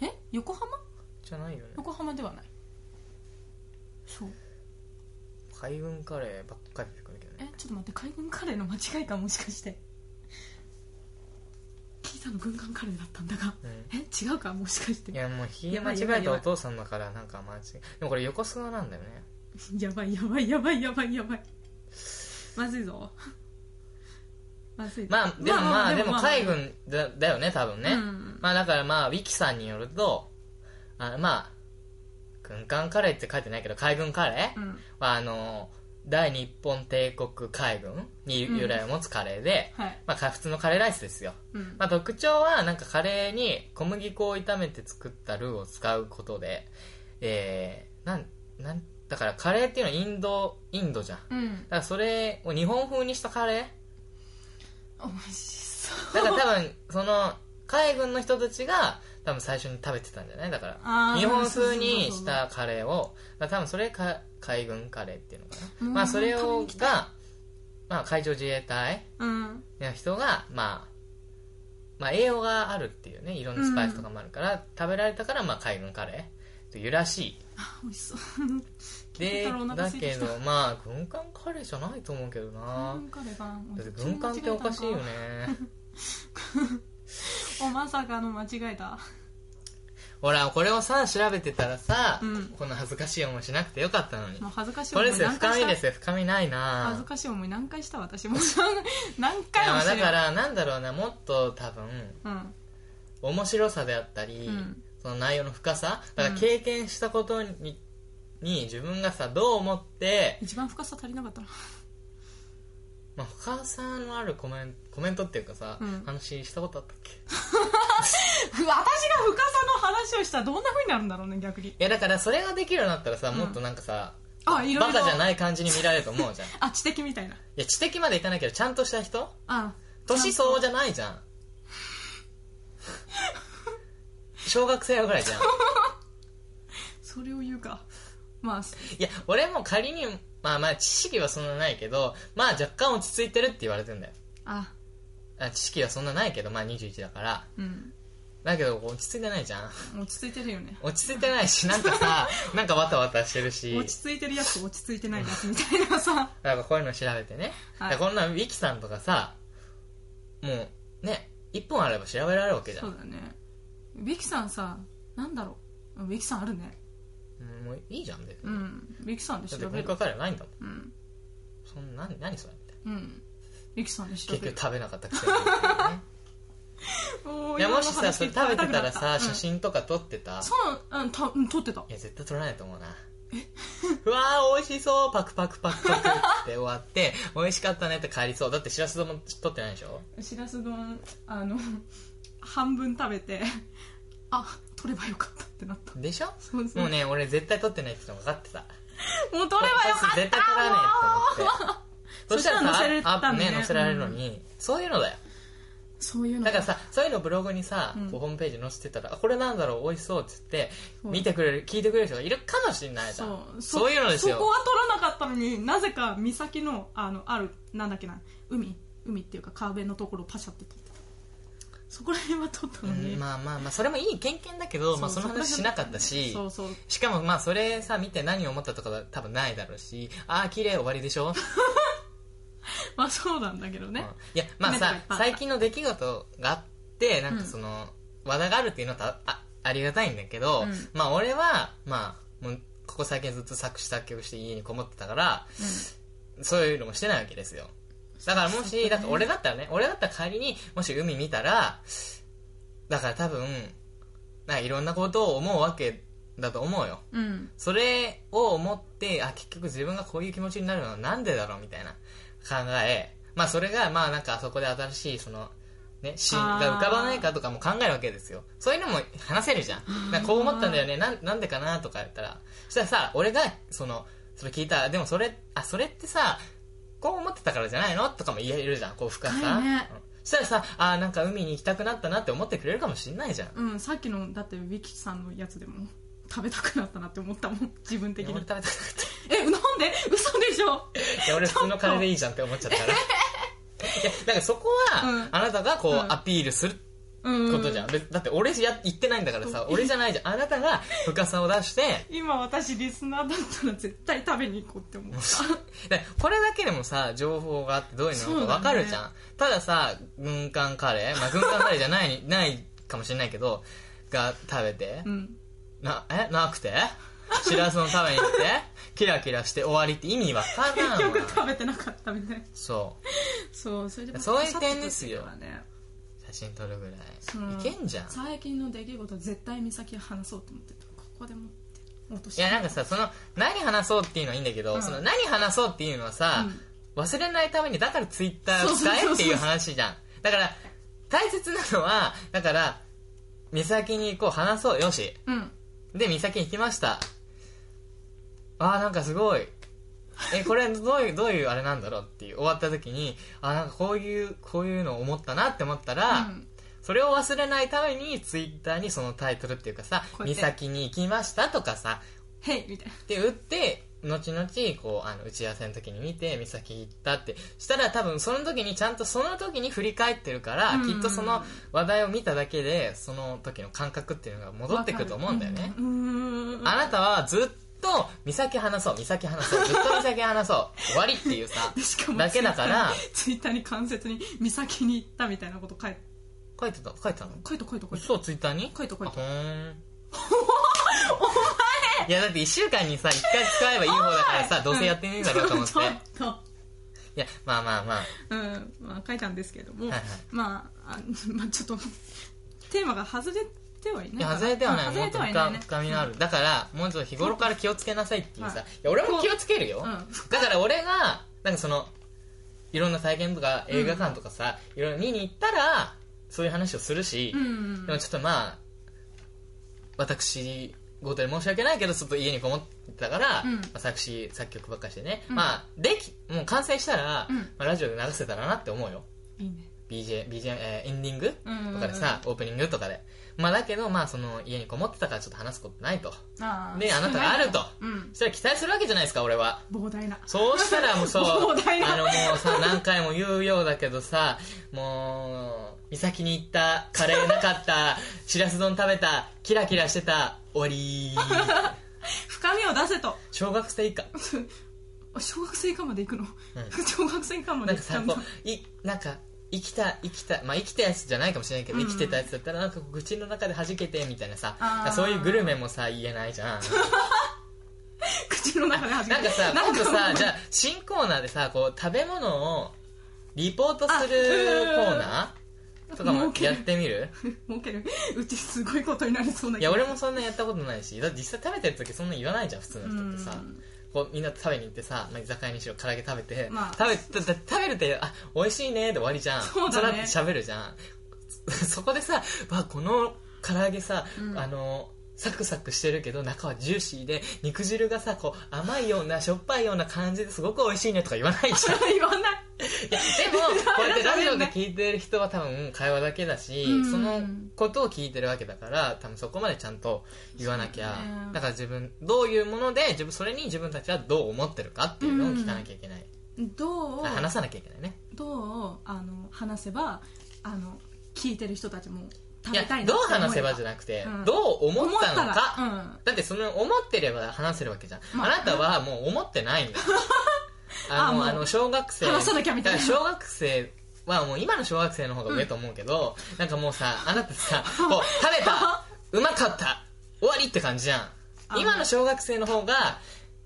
[SPEAKER 2] え横浜
[SPEAKER 1] じゃないよね
[SPEAKER 2] 横浜ではないそう
[SPEAKER 1] 海軍カレーばっかり出てくるけど
[SPEAKER 2] え
[SPEAKER 1] ね
[SPEAKER 2] ちょっと待って海軍カレーの間違いかもしかして聞いたの軍艦カレーだったんだが
[SPEAKER 1] うん
[SPEAKER 2] え違うかもしかして
[SPEAKER 1] いやもうひ
[SPEAKER 2] やば
[SPEAKER 1] 間
[SPEAKER 2] いやば
[SPEAKER 1] 違え
[SPEAKER 2] い
[SPEAKER 1] た
[SPEAKER 2] やば
[SPEAKER 1] お
[SPEAKER 2] い
[SPEAKER 1] 父さんだからなんか間違えでもこれ横須賀なんだよね
[SPEAKER 2] やばいやばいやばいやばいやばいまずいぞまずいぞ
[SPEAKER 1] まあでもまあでも海
[SPEAKER 2] ね
[SPEAKER 1] 軍だだよね多分ね、まあだからまあウィキさんによるとあまあ軍艦カレーって書いてないけど海軍カレー、
[SPEAKER 2] うん
[SPEAKER 1] まあ、あの大日本帝国海軍に由来を持つカレーで、
[SPEAKER 2] はい
[SPEAKER 1] まあ、か普通のカレーライスですよ、
[SPEAKER 2] うん
[SPEAKER 1] まあ、特徴はなんかカレーに小麦粉を炒めて作ったルーを使うことで、えーなんなんだからカレーっていうのはインドインドじゃんだ
[SPEAKER 2] うん
[SPEAKER 1] からそれを日本風にしたカレー
[SPEAKER 2] 美味しそう
[SPEAKER 1] だから多分その海軍の人たちが多分最初に食べてたんじゃないだから
[SPEAKER 2] あー
[SPEAKER 1] 日本風に
[SPEAKER 2] そうそ
[SPEAKER 1] し
[SPEAKER 2] うそうそ
[SPEAKER 1] たカレーをだから多分それか海軍カレーっていうのかな、
[SPEAKER 2] うん
[SPEAKER 1] まあそれ
[SPEAKER 2] 海軍
[SPEAKER 1] を
[SPEAKER 2] 来
[SPEAKER 1] が、まあ、海上自衛隊
[SPEAKER 2] うん
[SPEAKER 1] の人がまあまあ栄養があるっていうねいろんなスパイスとかもあるから、食べられたからまあ海軍カレーというらしい
[SPEAKER 2] 美味しそう
[SPEAKER 1] で
[SPEAKER 2] 太郎お腹
[SPEAKER 1] だ
[SPEAKER 2] 空いて
[SPEAKER 1] け
[SPEAKER 2] きた
[SPEAKER 1] どまあ軍艦カレーじゃないと思うけどな、
[SPEAKER 2] 軍艦でバン
[SPEAKER 1] だって軍艦っておかしいよね
[SPEAKER 2] おまさかの間違えた
[SPEAKER 1] ほらこれをさ調べてたらさ、
[SPEAKER 2] うん
[SPEAKER 1] こんな恥ずかしい思いしなくてよかったのに
[SPEAKER 2] もう恥ずかしい
[SPEAKER 1] こ
[SPEAKER 2] 思
[SPEAKER 1] れ
[SPEAKER 2] い
[SPEAKER 1] ですよ
[SPEAKER 2] 何
[SPEAKER 1] 深
[SPEAKER 2] 回
[SPEAKER 1] みで
[SPEAKER 2] し
[SPEAKER 1] すよ深みない
[SPEAKER 2] た恥
[SPEAKER 1] な
[SPEAKER 2] ずかしい思い何回した私も <laughs> 何
[SPEAKER 1] い
[SPEAKER 2] 回も
[SPEAKER 1] や
[SPEAKER 2] して
[SPEAKER 1] だ
[SPEAKER 2] る
[SPEAKER 1] からなんだろうなもっと多分
[SPEAKER 2] うん
[SPEAKER 1] 面白さであったり、
[SPEAKER 2] うん
[SPEAKER 1] その内容の深さだから
[SPEAKER 2] うん
[SPEAKER 1] 経験したことに,、に自分がさどう思って、
[SPEAKER 2] 一番深さ足りなかったな
[SPEAKER 1] まあ、深さのあるコメンコメントっていうかさ、
[SPEAKER 2] うん
[SPEAKER 1] 話したことあったっけ
[SPEAKER 2] ふ私が深さの話をしたらどんな風になるんだろうね逆に
[SPEAKER 1] いやだからそれができるようになったらさ、
[SPEAKER 2] うん
[SPEAKER 1] もっとなんかさ
[SPEAKER 2] あいろ
[SPEAKER 1] バ
[SPEAKER 2] いろ
[SPEAKER 1] カじゃない感じに見られると思うじゃんい
[SPEAKER 2] あ知的みたいな
[SPEAKER 1] や知的までいかないけどちゃんとした人
[SPEAKER 2] あ
[SPEAKER 1] 年相応じゃないじゃん小学生ぐらいじゃん
[SPEAKER 2] それを言うかまあそ
[SPEAKER 1] いや俺も仮にまあまあ知識はそんなないけどまあ若干落ち着いてるって言われてんだよ
[SPEAKER 2] あ
[SPEAKER 1] あ知識はそんなないけどまあ21だから
[SPEAKER 2] うん
[SPEAKER 1] だけど落ち着いてないじゃん
[SPEAKER 2] 落ち着いてるよね
[SPEAKER 1] 落ち着いてないしなんか
[SPEAKER 2] <laughs>
[SPEAKER 1] さなんかわたわたしてるし
[SPEAKER 2] 落ち着いてるやつと落ち着いてないやつみたい
[SPEAKER 1] <laughs>
[SPEAKER 2] なさ
[SPEAKER 1] なんかこういうの調べてね、
[SPEAKER 2] はい
[SPEAKER 1] だからこんなウィキさんとかさもうね1本あれば調べられるわけじゃん
[SPEAKER 2] そうだねベキさんさなんだろうベキさんあるね
[SPEAKER 1] うんもういいじゃん別に、
[SPEAKER 2] うんベキさんで
[SPEAKER 1] だ
[SPEAKER 2] 調
[SPEAKER 1] って
[SPEAKER 2] べ
[SPEAKER 1] 文
[SPEAKER 2] る
[SPEAKER 1] 化カレーないんだもん
[SPEAKER 2] うん
[SPEAKER 1] そんな何何それみたいな
[SPEAKER 2] うんベキさんで調べ
[SPEAKER 1] 結
[SPEAKER 2] る
[SPEAKER 1] 局食べなかったくせ
[SPEAKER 2] <laughs>
[SPEAKER 1] にっていうね
[SPEAKER 2] おー
[SPEAKER 1] いや
[SPEAKER 2] 今
[SPEAKER 1] も
[SPEAKER 2] の
[SPEAKER 1] しさ
[SPEAKER 2] 話
[SPEAKER 1] それ食べてたら
[SPEAKER 2] う
[SPEAKER 1] さ、
[SPEAKER 2] ん
[SPEAKER 1] 写真とか撮ってた
[SPEAKER 2] そううんたうん撮ってた
[SPEAKER 1] いや絶対撮らないと思うな
[SPEAKER 2] <laughs>
[SPEAKER 1] うわー美味しそうパクパクパクパクって終わって美味しかったねって帰りそうだってしらす丼も撮ってないでしょ
[SPEAKER 2] しらす丼あの <laughs> 半分食べて <laughs> あ取ればよかったってなった
[SPEAKER 1] でしょ
[SPEAKER 2] そうそう
[SPEAKER 1] もうね俺絶対撮ってないっての分かってた
[SPEAKER 2] もう取ればよかった
[SPEAKER 1] 絶対撮らねえって
[SPEAKER 2] <laughs>
[SPEAKER 1] 思ってそ
[SPEAKER 2] そ
[SPEAKER 1] し
[SPEAKER 2] したた
[SPEAKER 1] ら
[SPEAKER 2] ら
[SPEAKER 1] さ
[SPEAKER 2] 載せれ
[SPEAKER 1] ア
[SPEAKER 2] たんだ
[SPEAKER 1] ップ
[SPEAKER 2] ね
[SPEAKER 1] ね載せられるのに、そういうのだよ
[SPEAKER 2] そういうの
[SPEAKER 1] だからさそういうのブログにさ、
[SPEAKER 2] うん
[SPEAKER 1] こうホームページ載せてたらあこれなんだろう美味しそうっつって
[SPEAKER 2] そう
[SPEAKER 1] 見てくれる聞いてくれる人がいるかもしれないじゃん
[SPEAKER 2] そう
[SPEAKER 1] そういうのですよ
[SPEAKER 2] そこは取らなかったのになぜか岬のあのあるなんだっけな海海っていうか川辺のところをパシャって取ってたそこら辺は取ったのに、
[SPEAKER 1] うんまあまあまあそれもいい経験だけどそ,、まあ、その話しなかったし
[SPEAKER 2] そうそう
[SPEAKER 1] しかもまあそれさ見て何を思ったとかは多分ないだろうしああ綺麗終わりでしょ、
[SPEAKER 2] まあそうなんだけど
[SPEAKER 1] うん
[SPEAKER 2] ね、
[SPEAKER 1] いやまあ
[SPEAKER 2] なんかい
[SPEAKER 1] さ
[SPEAKER 2] っぱいあった
[SPEAKER 1] 最近の出来事があってなんかその、話題があるっていうのはあありがたいんだけど、
[SPEAKER 2] うん
[SPEAKER 1] まあ俺はまあもうここ最近ずっと作詞作曲して家にこもってたからそういうのもしてないわけですよだからもし、だから俺だったらね俺だったら仮にもし海見たらだから多分なんかいろんなことを思うわけだと思うよ
[SPEAKER 2] うん、うん、
[SPEAKER 1] それを思ってあ結局自分がこういう気持ちになるのはなんでだろうみたいな考えまあそれがまあなんかあそこで新しいそのねシーンが浮かばないかとかも考えるわけですよそういうのも話せるじゃんなんかこう思ったんだよねなんなんでかなとか言ったらそしたらさ俺がそのそれ聞いたらでもそれあそれってさこう思ってたからじゃないのとかも言えるじゃんこう深
[SPEAKER 2] 深
[SPEAKER 1] さ、
[SPEAKER 2] いね
[SPEAKER 1] うんそしたらさあなんか海に行きたくなったなって思ってくれるかもしれないじゃん
[SPEAKER 2] うんさっきのだってウィキさんのやつでも食べたくなったなって思ったもん <laughs> 自分的
[SPEAKER 1] 俺
[SPEAKER 2] に
[SPEAKER 1] 食べたくなかった
[SPEAKER 2] えなんで嘘でしょ
[SPEAKER 1] いや俺普通のカレーでいいじゃんって思っちゃったからいやだからそこは、
[SPEAKER 2] うん
[SPEAKER 1] あなたがこう、
[SPEAKER 2] うん
[SPEAKER 1] アピールする
[SPEAKER 2] うん
[SPEAKER 1] ことじゃん、別だって俺や言ってないんだからさ俺じゃないじゃんあなたが深さを出して
[SPEAKER 2] 今私リスナーだったら絶対食べに行こうって思った
[SPEAKER 1] だからこれだけでもさ情報があってどういうのなのか分かるじゃん、たださ軍艦カレー、まあ、軍艦カレーじゃない
[SPEAKER 2] <laughs>
[SPEAKER 1] ないかもしれないけどが食べて、
[SPEAKER 2] うん
[SPEAKER 1] なえなくてしらすの食べに行って
[SPEAKER 2] <laughs>
[SPEAKER 1] キラキラして終わりって意味わか
[SPEAKER 2] 結
[SPEAKER 1] らんわ
[SPEAKER 2] 局食べてなかったみたいな
[SPEAKER 1] そう
[SPEAKER 2] そうそれで
[SPEAKER 1] そういう点ですよ
[SPEAKER 2] パサッと食ってたからね
[SPEAKER 1] 写真撮るぐらい、
[SPEAKER 2] うん
[SPEAKER 1] いけんじゃん
[SPEAKER 2] 最近の出来事は絶対美咲は話そうと思ってたここでもって落とし
[SPEAKER 1] いやなんかさその何話そうっていうのはいいんだけど、
[SPEAKER 2] うん
[SPEAKER 1] その何話そうっていうのはさ、忘れないためにだからツイッターを使えっていう話じゃんだから大切なのはだから美咲にこう話そうよし
[SPEAKER 2] うん
[SPEAKER 1] で美咲に行きましたあーなんかすごいえこれどういうどういうあれなんだろうっていう終わった時にあーなんかこういうこういうのを思ったなって思ったら、
[SPEAKER 2] うん
[SPEAKER 1] それを忘れないためにツイッターにそのタイトルっていうかさ「
[SPEAKER 2] こう
[SPEAKER 1] 三
[SPEAKER 2] やって
[SPEAKER 1] 崎に行きました」とかさ
[SPEAKER 2] へいみたいな
[SPEAKER 1] って打って後々こうあの打ち合わせの時に見て美咲行ったってしたら多分その時にちゃんとその時に振り返ってるから、
[SPEAKER 2] うん
[SPEAKER 1] きっとその話題を見ただけでその時の感覚っていうのが戻ってくると思うんだよね、
[SPEAKER 2] うーん
[SPEAKER 1] あなたはずっと美咲話そう美咲話そうずっと美咲話そう終わりっていうさ
[SPEAKER 2] でしかも
[SPEAKER 1] だけだから
[SPEAKER 2] ツイッターに間接に三崎に行ったみたいなこと書い
[SPEAKER 1] 書いてた書いてたの
[SPEAKER 2] 書いた書いた書いた
[SPEAKER 1] そうツイッターに
[SPEAKER 2] 書いた書い
[SPEAKER 1] あ
[SPEAKER 2] た
[SPEAKER 1] ほーんお前いやだって1週間にさ1回使えばいい方だからさどうせやってねえだろうと思って、
[SPEAKER 2] ちょ
[SPEAKER 1] い
[SPEAKER 2] っと
[SPEAKER 1] やまあまあまあ
[SPEAKER 2] うんまあ、書いたんですけども、
[SPEAKER 1] はいはい
[SPEAKER 2] まあ、あまあちょっとテーマが外れてはいない
[SPEAKER 1] いや
[SPEAKER 2] か
[SPEAKER 1] 外れてはない
[SPEAKER 2] うん
[SPEAKER 1] も
[SPEAKER 2] 外
[SPEAKER 1] っ
[SPEAKER 2] れ
[SPEAKER 1] と
[SPEAKER 2] てはいない、ね、
[SPEAKER 1] 深深みのあるだからもうちょっと日頃から気をつけなさいっていうさ、
[SPEAKER 2] はい
[SPEAKER 1] い、や俺も気をつけるよ、
[SPEAKER 2] う
[SPEAKER 1] だから俺がなんかそのいろんな体験とか映画館とかさ、いろいろ見に行ったらそういう話をするし、
[SPEAKER 2] うん、うん
[SPEAKER 1] でもちょっとまあ私ごとで申し訳ないけどちょっと家にこもってたから、
[SPEAKER 2] うん
[SPEAKER 1] まあ作詞作曲ばっかりしてね、
[SPEAKER 2] うん
[SPEAKER 1] まあできもう完成したら、
[SPEAKER 2] うん
[SPEAKER 1] まあ、ラジオで流せたらなって思うよ
[SPEAKER 2] いいね
[SPEAKER 1] BJ, BJ、えーエンディング
[SPEAKER 2] うんうんうん
[SPEAKER 1] とかでさ、オープニングとかで、まあ、だけど、まあ、その家にこもってたからちょっと話すことないと
[SPEAKER 2] あー
[SPEAKER 1] であなたがあると
[SPEAKER 2] うん
[SPEAKER 1] そしたら期待するわけじゃないですか俺は
[SPEAKER 2] 膨大な
[SPEAKER 1] そうしたらもうそう
[SPEAKER 2] <laughs> 膨大な
[SPEAKER 1] あのもうさ何回も言うようだけどさもう岬に行ったカレーなか
[SPEAKER 2] <laughs>
[SPEAKER 1] ったしらす丼食べたキラキラしてた終わ
[SPEAKER 2] <laughs>
[SPEAKER 1] り
[SPEAKER 2] 深みを出せと
[SPEAKER 1] 小学生以下
[SPEAKER 2] あ小学生以下まで行くの、
[SPEAKER 1] う
[SPEAKER 2] 小学生以下ま
[SPEAKER 1] な
[SPEAKER 2] で
[SPEAKER 1] んか
[SPEAKER 2] 行っちゃ
[SPEAKER 1] さ
[SPEAKER 2] うんだ
[SPEAKER 1] こういなんか生きた生きたまあ生きたやつじゃないかもしれないけど、
[SPEAKER 2] うん
[SPEAKER 1] 生きてたやつだったらなんかこう口の中で弾けてみたいなさ
[SPEAKER 2] あー
[SPEAKER 1] そういうグルメもさ言えないじゃん
[SPEAKER 2] 口の中で始め
[SPEAKER 1] なん
[SPEAKER 2] る
[SPEAKER 1] かさ今度
[SPEAKER 2] <laughs> な
[SPEAKER 1] さ
[SPEAKER 2] んか
[SPEAKER 1] じゃあ新コーナーでさこう食べ物をリポートする
[SPEAKER 2] あうん
[SPEAKER 1] コーナーとかも
[SPEAKER 2] 儲ける
[SPEAKER 1] やってみる
[SPEAKER 2] 儲けるうちすごいことになりそうない
[SPEAKER 1] や俺もそんなやったことないしだって実際食べてる時そんな言わないじゃん普通の人ってさ
[SPEAKER 2] うん
[SPEAKER 1] こうみんな食べに行ってさ、まあ、居酒屋にしろ唐揚げ食べて、
[SPEAKER 2] まあ
[SPEAKER 1] 食べだだ食べるってあ美味しいねで終わりじゃん
[SPEAKER 2] そうだね
[SPEAKER 1] それって喋るじゃん <laughs> そこでさわこの唐揚げさ、
[SPEAKER 2] うん
[SPEAKER 1] あのサクサクしてるけど中はジューシーで肉汁がさこう甘いようなしょっぱいような感じですごく美味しいねとか言わないじゃん
[SPEAKER 2] 言わない
[SPEAKER 1] いやでも <laughs> こうやってラジオで聞いてる人は多分会話だけだし、
[SPEAKER 2] うん
[SPEAKER 1] そのことを聞いてるわけだから多分そこまでちゃんと言わなきゃ
[SPEAKER 2] そうだね
[SPEAKER 1] だから自分どういうもので自分それに自分たちはどう思ってるかっていうのを聞かなきゃいけない、
[SPEAKER 2] どう
[SPEAKER 1] あ話さなきゃいけないね
[SPEAKER 2] どうあの話せばあの聞いてる人たちも
[SPEAKER 1] い
[SPEAKER 2] 食べ
[SPEAKER 1] や
[SPEAKER 2] たいな
[SPEAKER 1] どう話せばじゃ
[SPEAKER 2] ゃ
[SPEAKER 1] なくて、
[SPEAKER 2] うん
[SPEAKER 1] どう思
[SPEAKER 2] 思
[SPEAKER 1] っ
[SPEAKER 2] ったた
[SPEAKER 1] のか、
[SPEAKER 2] ら、うん、
[SPEAKER 1] だってその思ってれば話せるわけじゃん、
[SPEAKER 2] まあ
[SPEAKER 1] あ、なたはもう思ってないんだあ
[SPEAKER 2] <laughs> あ
[SPEAKER 1] の
[SPEAKER 2] もう
[SPEAKER 1] あの小学生
[SPEAKER 2] 話さなきゃみたいな
[SPEAKER 1] だから小学生はもう今の小学生の方が上と思うけど、なんかもうさあなた
[SPEAKER 2] <laughs>
[SPEAKER 1] さこう食べたうまかった終わりって感じじゃ
[SPEAKER 2] あ
[SPEAKER 1] ん今の小学生の方が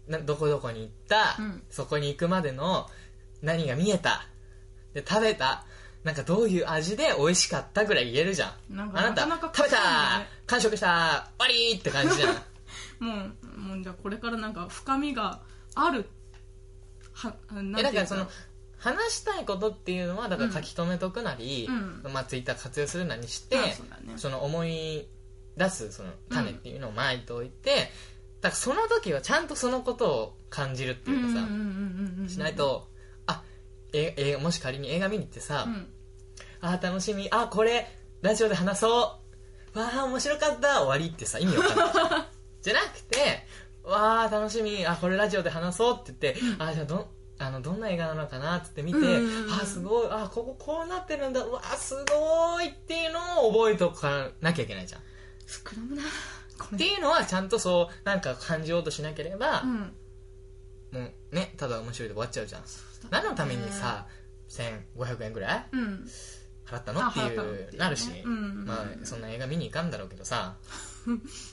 [SPEAKER 1] などこどこに行った、
[SPEAKER 2] うん
[SPEAKER 1] そこに行くまでの何が見えたで食べたなんかどういう味で美味しかったぐらい言えるじゃん
[SPEAKER 2] なんか
[SPEAKER 1] あなた
[SPEAKER 2] なかなか
[SPEAKER 1] 食べた
[SPEAKER 2] そうだね
[SPEAKER 1] 完食した終わりって感じじゃん
[SPEAKER 2] もうもうじゃあこれからなんか深みがあるはなん
[SPEAKER 1] え
[SPEAKER 2] てい
[SPEAKER 1] だ
[SPEAKER 2] う
[SPEAKER 1] からその話したいことっていうのはだから書き留めとくなり、
[SPEAKER 2] う
[SPEAKER 1] まあ、ツイッター活用するなりして、
[SPEAKER 2] まあそうだね
[SPEAKER 1] その思い出すその種っていうのをまいておいて、だからその時はちゃんとそのことを感じるって
[SPEAKER 2] うん
[SPEAKER 1] いううんか
[SPEAKER 2] うん
[SPEAKER 1] さ、
[SPEAKER 2] うんうん
[SPEAKER 1] しないとあえ映画もし仮に映画見に行ってさ、
[SPEAKER 2] うん
[SPEAKER 1] あー楽しみあーこれラジオで話そうわあ面白かった終わりってさ意味わかん
[SPEAKER 2] <laughs>
[SPEAKER 1] ないじゃんじゃなくてわあ楽しみあこれラジオで話そうって言って、あーじゃあどんあのどんな映画なのかなって言って見て、
[SPEAKER 2] うんうんうん
[SPEAKER 1] あーすごいあーこここうなってるんだうわあすごいっていうのを覚えておかなきゃいけないじゃんっ
[SPEAKER 2] 膨らむなこ
[SPEAKER 1] て
[SPEAKER 2] れ
[SPEAKER 1] いうのはちゃんとそうなんか感じようとしなければ
[SPEAKER 2] う、ん
[SPEAKER 1] もうねただ面白いで終わっちゃうじゃん
[SPEAKER 2] そうだ
[SPEAKER 1] 何
[SPEAKER 2] ね
[SPEAKER 1] のためにさ1500円ぐらい
[SPEAKER 2] うん
[SPEAKER 1] 払ったの
[SPEAKER 2] あ
[SPEAKER 1] って
[SPEAKER 2] 払ったのってい
[SPEAKER 1] いうう
[SPEAKER 2] ね
[SPEAKER 1] なるし、
[SPEAKER 2] うんうんうん
[SPEAKER 1] まあ、そんな映画見に行かんだろうけどさ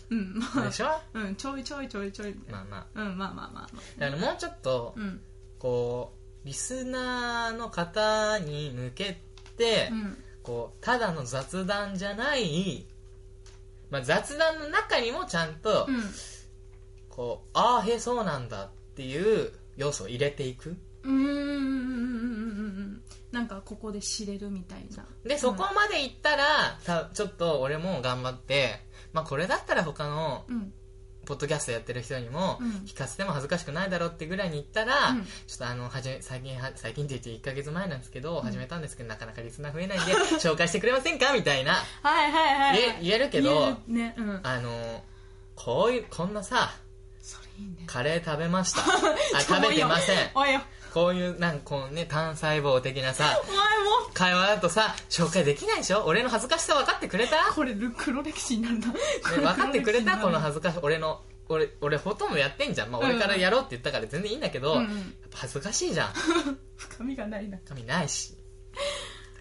[SPEAKER 2] うんま
[SPEAKER 1] でしょ
[SPEAKER 2] あうんちょいちょいちょいちょいみたいな
[SPEAKER 1] まあま
[SPEAKER 2] うんまあまあまあま
[SPEAKER 1] あだからもうちょっと
[SPEAKER 2] あうん
[SPEAKER 1] こうリスナーの方に向けて、
[SPEAKER 2] うん
[SPEAKER 1] こうただの雑談じゃない、まあ、雑談の中にもちゃんと、こうああへえそうなんだっていう要素を入れていく
[SPEAKER 2] うんうんうんうんうんうんうんうんなんかここで知れるみたいな
[SPEAKER 1] でそこまで行ったら、たちょっと俺も頑張って、まあ、これだったら他の
[SPEAKER 2] うん
[SPEAKER 1] ポポッドキャストやってる人にも
[SPEAKER 2] うん
[SPEAKER 1] 聞かせても恥ずかしくないだろうってぐらいに言ったら、
[SPEAKER 2] うん
[SPEAKER 1] ちょっとあのはじめ最近は最近って言って1か月前なんですけど、
[SPEAKER 2] ん
[SPEAKER 1] 始めたんですけどなかなかリスナー増えないん
[SPEAKER 2] <laughs>
[SPEAKER 1] で紹介してくれませんかみたいな
[SPEAKER 2] はいはいはい
[SPEAKER 1] 言え言えるけど
[SPEAKER 2] 言えるねうん
[SPEAKER 1] あのこういうこんなさ
[SPEAKER 2] それいいね
[SPEAKER 1] カレー食べま
[SPEAKER 2] <laughs>
[SPEAKER 1] したあ食べてません
[SPEAKER 2] おいよ
[SPEAKER 1] こういうなんかこうね単細胞的なさ
[SPEAKER 2] お前も
[SPEAKER 1] 会話だとさ紹介できないでしょ俺の恥ずかしさ分かってくれた、ね
[SPEAKER 2] これル黒歴史になるな、
[SPEAKER 1] 分かってくれたこの
[SPEAKER 2] ず
[SPEAKER 1] 恥ずかし俺の俺俺ほとんどやってんじゃん、まあ、
[SPEAKER 2] うん
[SPEAKER 1] 俺からやろうって言ったから全然いいんだけど、
[SPEAKER 2] うんう
[SPEAKER 1] や
[SPEAKER 2] ん
[SPEAKER 1] っぱ恥ずかしいじゃん
[SPEAKER 2] 深みがないな
[SPEAKER 1] 髪ないし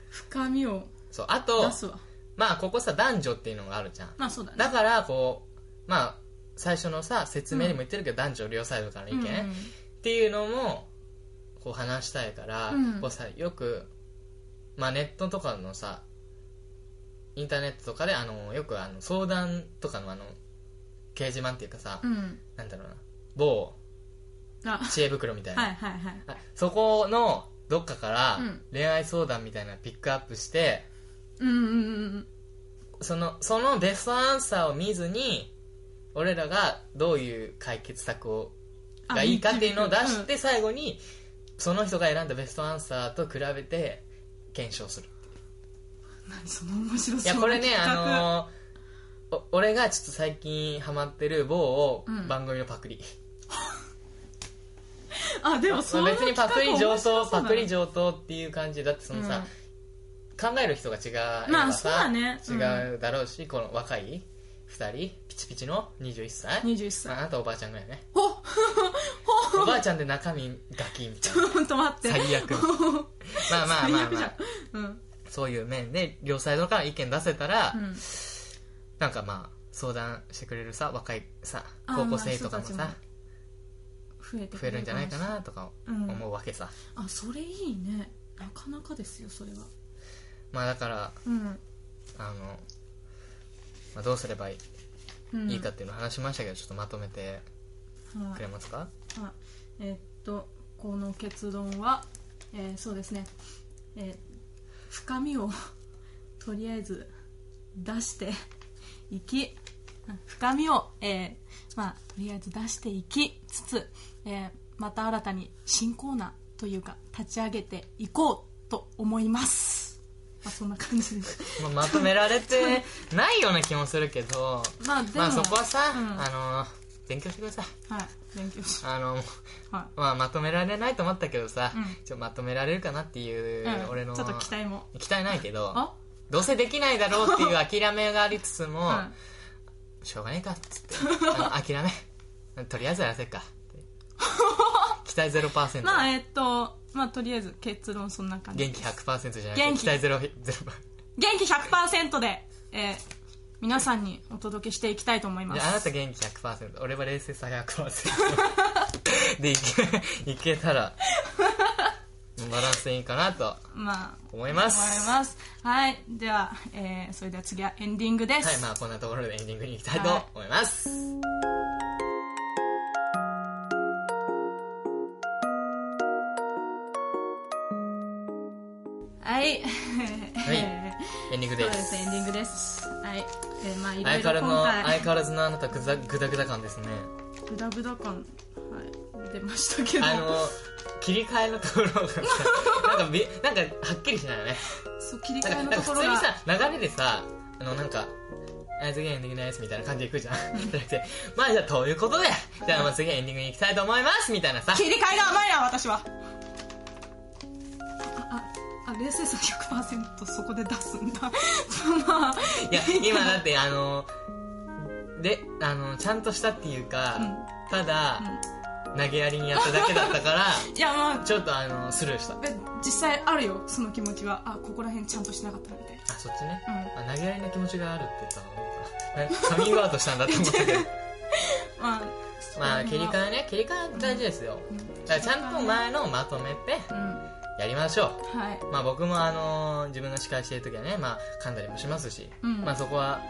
[SPEAKER 2] 深みを
[SPEAKER 1] そうあと
[SPEAKER 2] 出すわ
[SPEAKER 1] まあここさ男女っていうのがあるじゃん
[SPEAKER 2] まあそうだね
[SPEAKER 1] だからこうまあ最初のさ説明にも言ってるけど、男女両サイドからの意見、
[SPEAKER 2] うん
[SPEAKER 1] っていうのもこう話したいから、
[SPEAKER 2] うん
[SPEAKER 1] こうさよく、まあ、ネットとかのさインターネットとかであのよくあの相談とかのあの掲示板っていうかさ、
[SPEAKER 2] うん、うん
[SPEAKER 1] なんだろうな某
[SPEAKER 2] あ
[SPEAKER 1] 知恵袋みたいな、
[SPEAKER 2] はいはいはい
[SPEAKER 1] あそこのどっかから
[SPEAKER 2] うん
[SPEAKER 1] 恋愛相談みたいなのピックアップして、
[SPEAKER 2] うんうんうん
[SPEAKER 1] そのそのベストアンサーを見ずに俺らがどういう解決策を
[SPEAKER 2] あ
[SPEAKER 1] がいいかっていうのを出し
[SPEAKER 2] うん
[SPEAKER 1] て最後にその人が選んだベストアンサーと比べて検証する
[SPEAKER 2] 何その面白
[SPEAKER 1] い
[SPEAKER 2] そう
[SPEAKER 1] や
[SPEAKER 2] な
[SPEAKER 1] これね
[SPEAKER 2] 企画
[SPEAKER 1] あのーお俺がちょっと最近ハマってる某を
[SPEAKER 2] うん
[SPEAKER 1] 番組のパクリ、
[SPEAKER 2] あでもそ
[SPEAKER 1] ま
[SPEAKER 2] う
[SPEAKER 1] あ
[SPEAKER 2] いう
[SPEAKER 1] 別にパクリ上等パクリ上
[SPEAKER 2] 上
[SPEAKER 1] 等っていう感じだってそのさ、考える人が違う
[SPEAKER 2] まあそうだねうん
[SPEAKER 1] 違うだろうしこの若い2人ピチピチの21歳
[SPEAKER 2] 21歳
[SPEAKER 1] ああなたおばあちゃんぐらいね
[SPEAKER 2] ほ <laughs>
[SPEAKER 1] おばあちゃんで中身ガキみ
[SPEAKER 2] <laughs>
[SPEAKER 1] たいな
[SPEAKER 2] ほんと待って
[SPEAKER 1] 最悪まあまあまあ
[SPEAKER 2] 最悪
[SPEAKER 1] ま
[SPEAKER 2] じゃ
[SPEAKER 1] あ
[SPEAKER 2] んうん
[SPEAKER 1] そういう面で両サイドから意見出せたら、
[SPEAKER 2] うん
[SPEAKER 1] なんかまあ相談してくれるさ若いさ
[SPEAKER 2] あー
[SPEAKER 1] 高校生とかも
[SPEAKER 2] まあ
[SPEAKER 1] さ
[SPEAKER 2] 人増えてく
[SPEAKER 1] 増え
[SPEAKER 2] れ
[SPEAKER 1] るんじゃないかなとか
[SPEAKER 2] うん
[SPEAKER 1] 思うわけさ、
[SPEAKER 2] あそれいいねなかなかですよそれは
[SPEAKER 1] まあだから
[SPEAKER 2] うん
[SPEAKER 1] あの、まあ、どうすればいい,、
[SPEAKER 2] うん
[SPEAKER 1] かっていうのを話しましたけどちょっとまとめて
[SPEAKER 2] はい
[SPEAKER 1] くれますか、
[SPEAKER 2] あえっとこの結論は、えーそうですね、えー深みを <laughs> とりあえず出していきあ深みを、えーまあ、とりあえず出していきつつ、えーまた新たに新コーナーというか立ち上げていこうと思います、まあ、そんな感じです
[SPEAKER 1] まあ、まとめられ
[SPEAKER 2] <laughs>
[SPEAKER 1] てないような気もするけど
[SPEAKER 2] まあでも、
[SPEAKER 1] <laughs> まあそこはさ、
[SPEAKER 2] うん
[SPEAKER 1] あの勉強してください
[SPEAKER 2] はい勉強し
[SPEAKER 1] あの
[SPEAKER 2] は
[SPEAKER 1] まあ、まとめられないと思ったけどさ、
[SPEAKER 2] うん
[SPEAKER 1] ちょっとまとめられるかなってい
[SPEAKER 2] い、
[SPEAKER 1] う、
[SPEAKER 2] うん
[SPEAKER 1] 俺の
[SPEAKER 2] ちょっと期待も
[SPEAKER 1] 期待ないけど
[SPEAKER 2] あ
[SPEAKER 1] どうせできないだろうっていう
[SPEAKER 2] <laughs>
[SPEAKER 1] 諦めがありつつも、
[SPEAKER 2] はい
[SPEAKER 1] しょうがねえかっつってあの諦め <laughs> とりあえずやらせっかって期待0%、
[SPEAKER 2] <laughs> まあえっとまあとりあえず結論そんな感じ
[SPEAKER 1] 元気100%じゃなくて
[SPEAKER 2] 元気
[SPEAKER 1] 期待 0%, 0%
[SPEAKER 2] 元気100%で、えー皆さんにお届けしていきたいと思いま
[SPEAKER 1] じ
[SPEAKER 2] す
[SPEAKER 1] ゃああなた元気100%俺は冷静さ100%
[SPEAKER 2] <laughs>
[SPEAKER 1] でいけいけたらバランスいいかなと
[SPEAKER 2] まあ
[SPEAKER 1] 思います
[SPEAKER 2] 思いますはいでは、えーそれでは次はエンディングです、
[SPEAKER 1] はいまあこんなところでエンディングに行きたいと思います、はい
[SPEAKER 2] <laughs> はい、え
[SPEAKER 1] エンディング
[SPEAKER 2] ーそう
[SPEAKER 1] で
[SPEAKER 2] で
[SPEAKER 1] す
[SPEAKER 2] すエンディングですはいえーまあいろ
[SPEAKER 1] 相
[SPEAKER 2] い
[SPEAKER 1] 変わ
[SPEAKER 2] ろ
[SPEAKER 1] らずの
[SPEAKER 2] 今
[SPEAKER 1] 相
[SPEAKER 2] 回
[SPEAKER 1] 変わらずのあなたグザグダグダ感
[SPEAKER 2] <laughs>
[SPEAKER 1] ですね
[SPEAKER 2] グダグダ感、はい、出ましたけど
[SPEAKER 1] あの切り替えのところ
[SPEAKER 2] <laughs>
[SPEAKER 1] がさなんかびなんかはっきりしないよね
[SPEAKER 2] そう切り
[SPEAKER 1] なん
[SPEAKER 2] 替
[SPEAKER 1] か
[SPEAKER 2] えの
[SPEAKER 1] なん
[SPEAKER 2] と
[SPEAKER 1] か
[SPEAKER 2] こ
[SPEAKER 1] 普
[SPEAKER 2] ろ
[SPEAKER 1] 通に
[SPEAKER 2] が
[SPEAKER 1] さ流れでさあのなんか「あ次はエンディングです」みたいな感じでいくじ
[SPEAKER 2] <laughs>
[SPEAKER 1] ゃんじゃなくて「まあじゃあということでじゃあまあ次はエンディングに行きたいと思います」みたい
[SPEAKER 2] <laughs>
[SPEAKER 1] なさ
[SPEAKER 2] 切り替えが甘いな私はあああ冷静さ100%そこで出すんだまあ
[SPEAKER 1] いや今だってあのであのちゃんとしたっていうか、
[SPEAKER 2] うん
[SPEAKER 1] ただ、投げやりにやっただけだったから
[SPEAKER 2] <laughs> いやまあ
[SPEAKER 1] ちょっとあのスルーした
[SPEAKER 2] で実際あるよその気持ちはあここら辺ちゃんとしなかったなみたいな
[SPEAKER 1] あそっちね、
[SPEAKER 2] う
[SPEAKER 1] あ投げやりな気持ちがあるって言ったのなんかカミングアウトしたんだと思ったけど
[SPEAKER 2] <laughs> まあ
[SPEAKER 1] まあ切り替
[SPEAKER 2] え
[SPEAKER 1] えね切り替え大事ですよ、
[SPEAKER 2] ん
[SPEAKER 1] だからちゃんと前のをまとめて
[SPEAKER 2] うん
[SPEAKER 1] やりましょ
[SPEAKER 2] はいう
[SPEAKER 1] まあ僕もあのー自分が司会してる時はねまあ噛んだりもしますし、
[SPEAKER 2] うん
[SPEAKER 1] まあそこは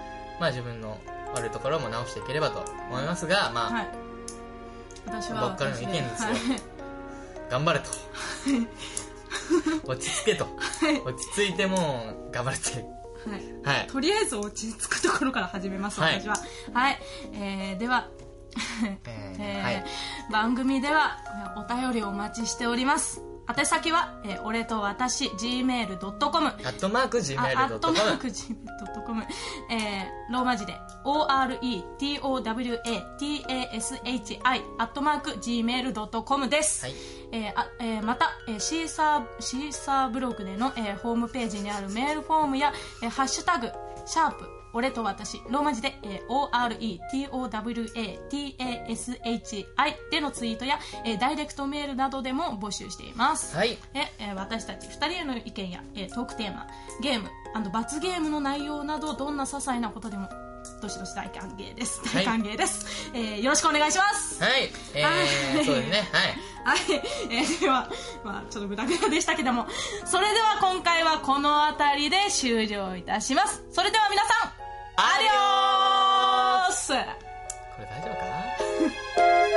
[SPEAKER 1] まあ自分の悪いところも直していければと思いますがまあ、
[SPEAKER 2] はい私は
[SPEAKER 1] 僕からの意見ですよ
[SPEAKER 2] はい
[SPEAKER 1] 頑
[SPEAKER 2] <laughs>
[SPEAKER 1] 張れと落ち着けと落ち着いてもう頑張れって
[SPEAKER 2] はい
[SPEAKER 1] はい
[SPEAKER 2] とりあえず落ち着くところから始めます、
[SPEAKER 1] はい
[SPEAKER 2] 私ははい、えーでは
[SPEAKER 1] えー
[SPEAKER 2] えー
[SPEAKER 1] はい
[SPEAKER 2] 番組ではえーお便りをお待ちしております宛先は、えー俺と私 gmail.com
[SPEAKER 1] アットマーク
[SPEAKER 2] あアットマー
[SPEAKER 1] Gmail.com
[SPEAKER 2] ク Gmail.com えーローマ字で ORETOWATASHI アットマーク Gmail.com です、
[SPEAKER 1] はい
[SPEAKER 2] えーあえーまた、えーシーサーシーサーブログでの、えーホームページにあるメールフォームや、えーハッシュタグシャープ俺と私ローマ字で、えー ORETOWATASHI でのツイートや、えーダイレクトメールなどでも募集しています、
[SPEAKER 1] はい
[SPEAKER 2] ええー私たち2人への意見や、えートークテーマゲーム罰ゲームの内容などどんな些細なことでもどしどし大歓迎です
[SPEAKER 1] は
[SPEAKER 2] 大
[SPEAKER 1] い
[SPEAKER 2] 歓迎です、えーよろしくお願いします
[SPEAKER 1] はいえ
[SPEAKER 2] は
[SPEAKER 1] ー
[SPEAKER 2] い
[SPEAKER 1] そうですねはい
[SPEAKER 2] はい、えーでは、まあ、ちょっとグダグダでしたけどもそれでは今回はこの辺りで終了いたしますそれでは皆さんアディオース
[SPEAKER 1] これ大丈夫かな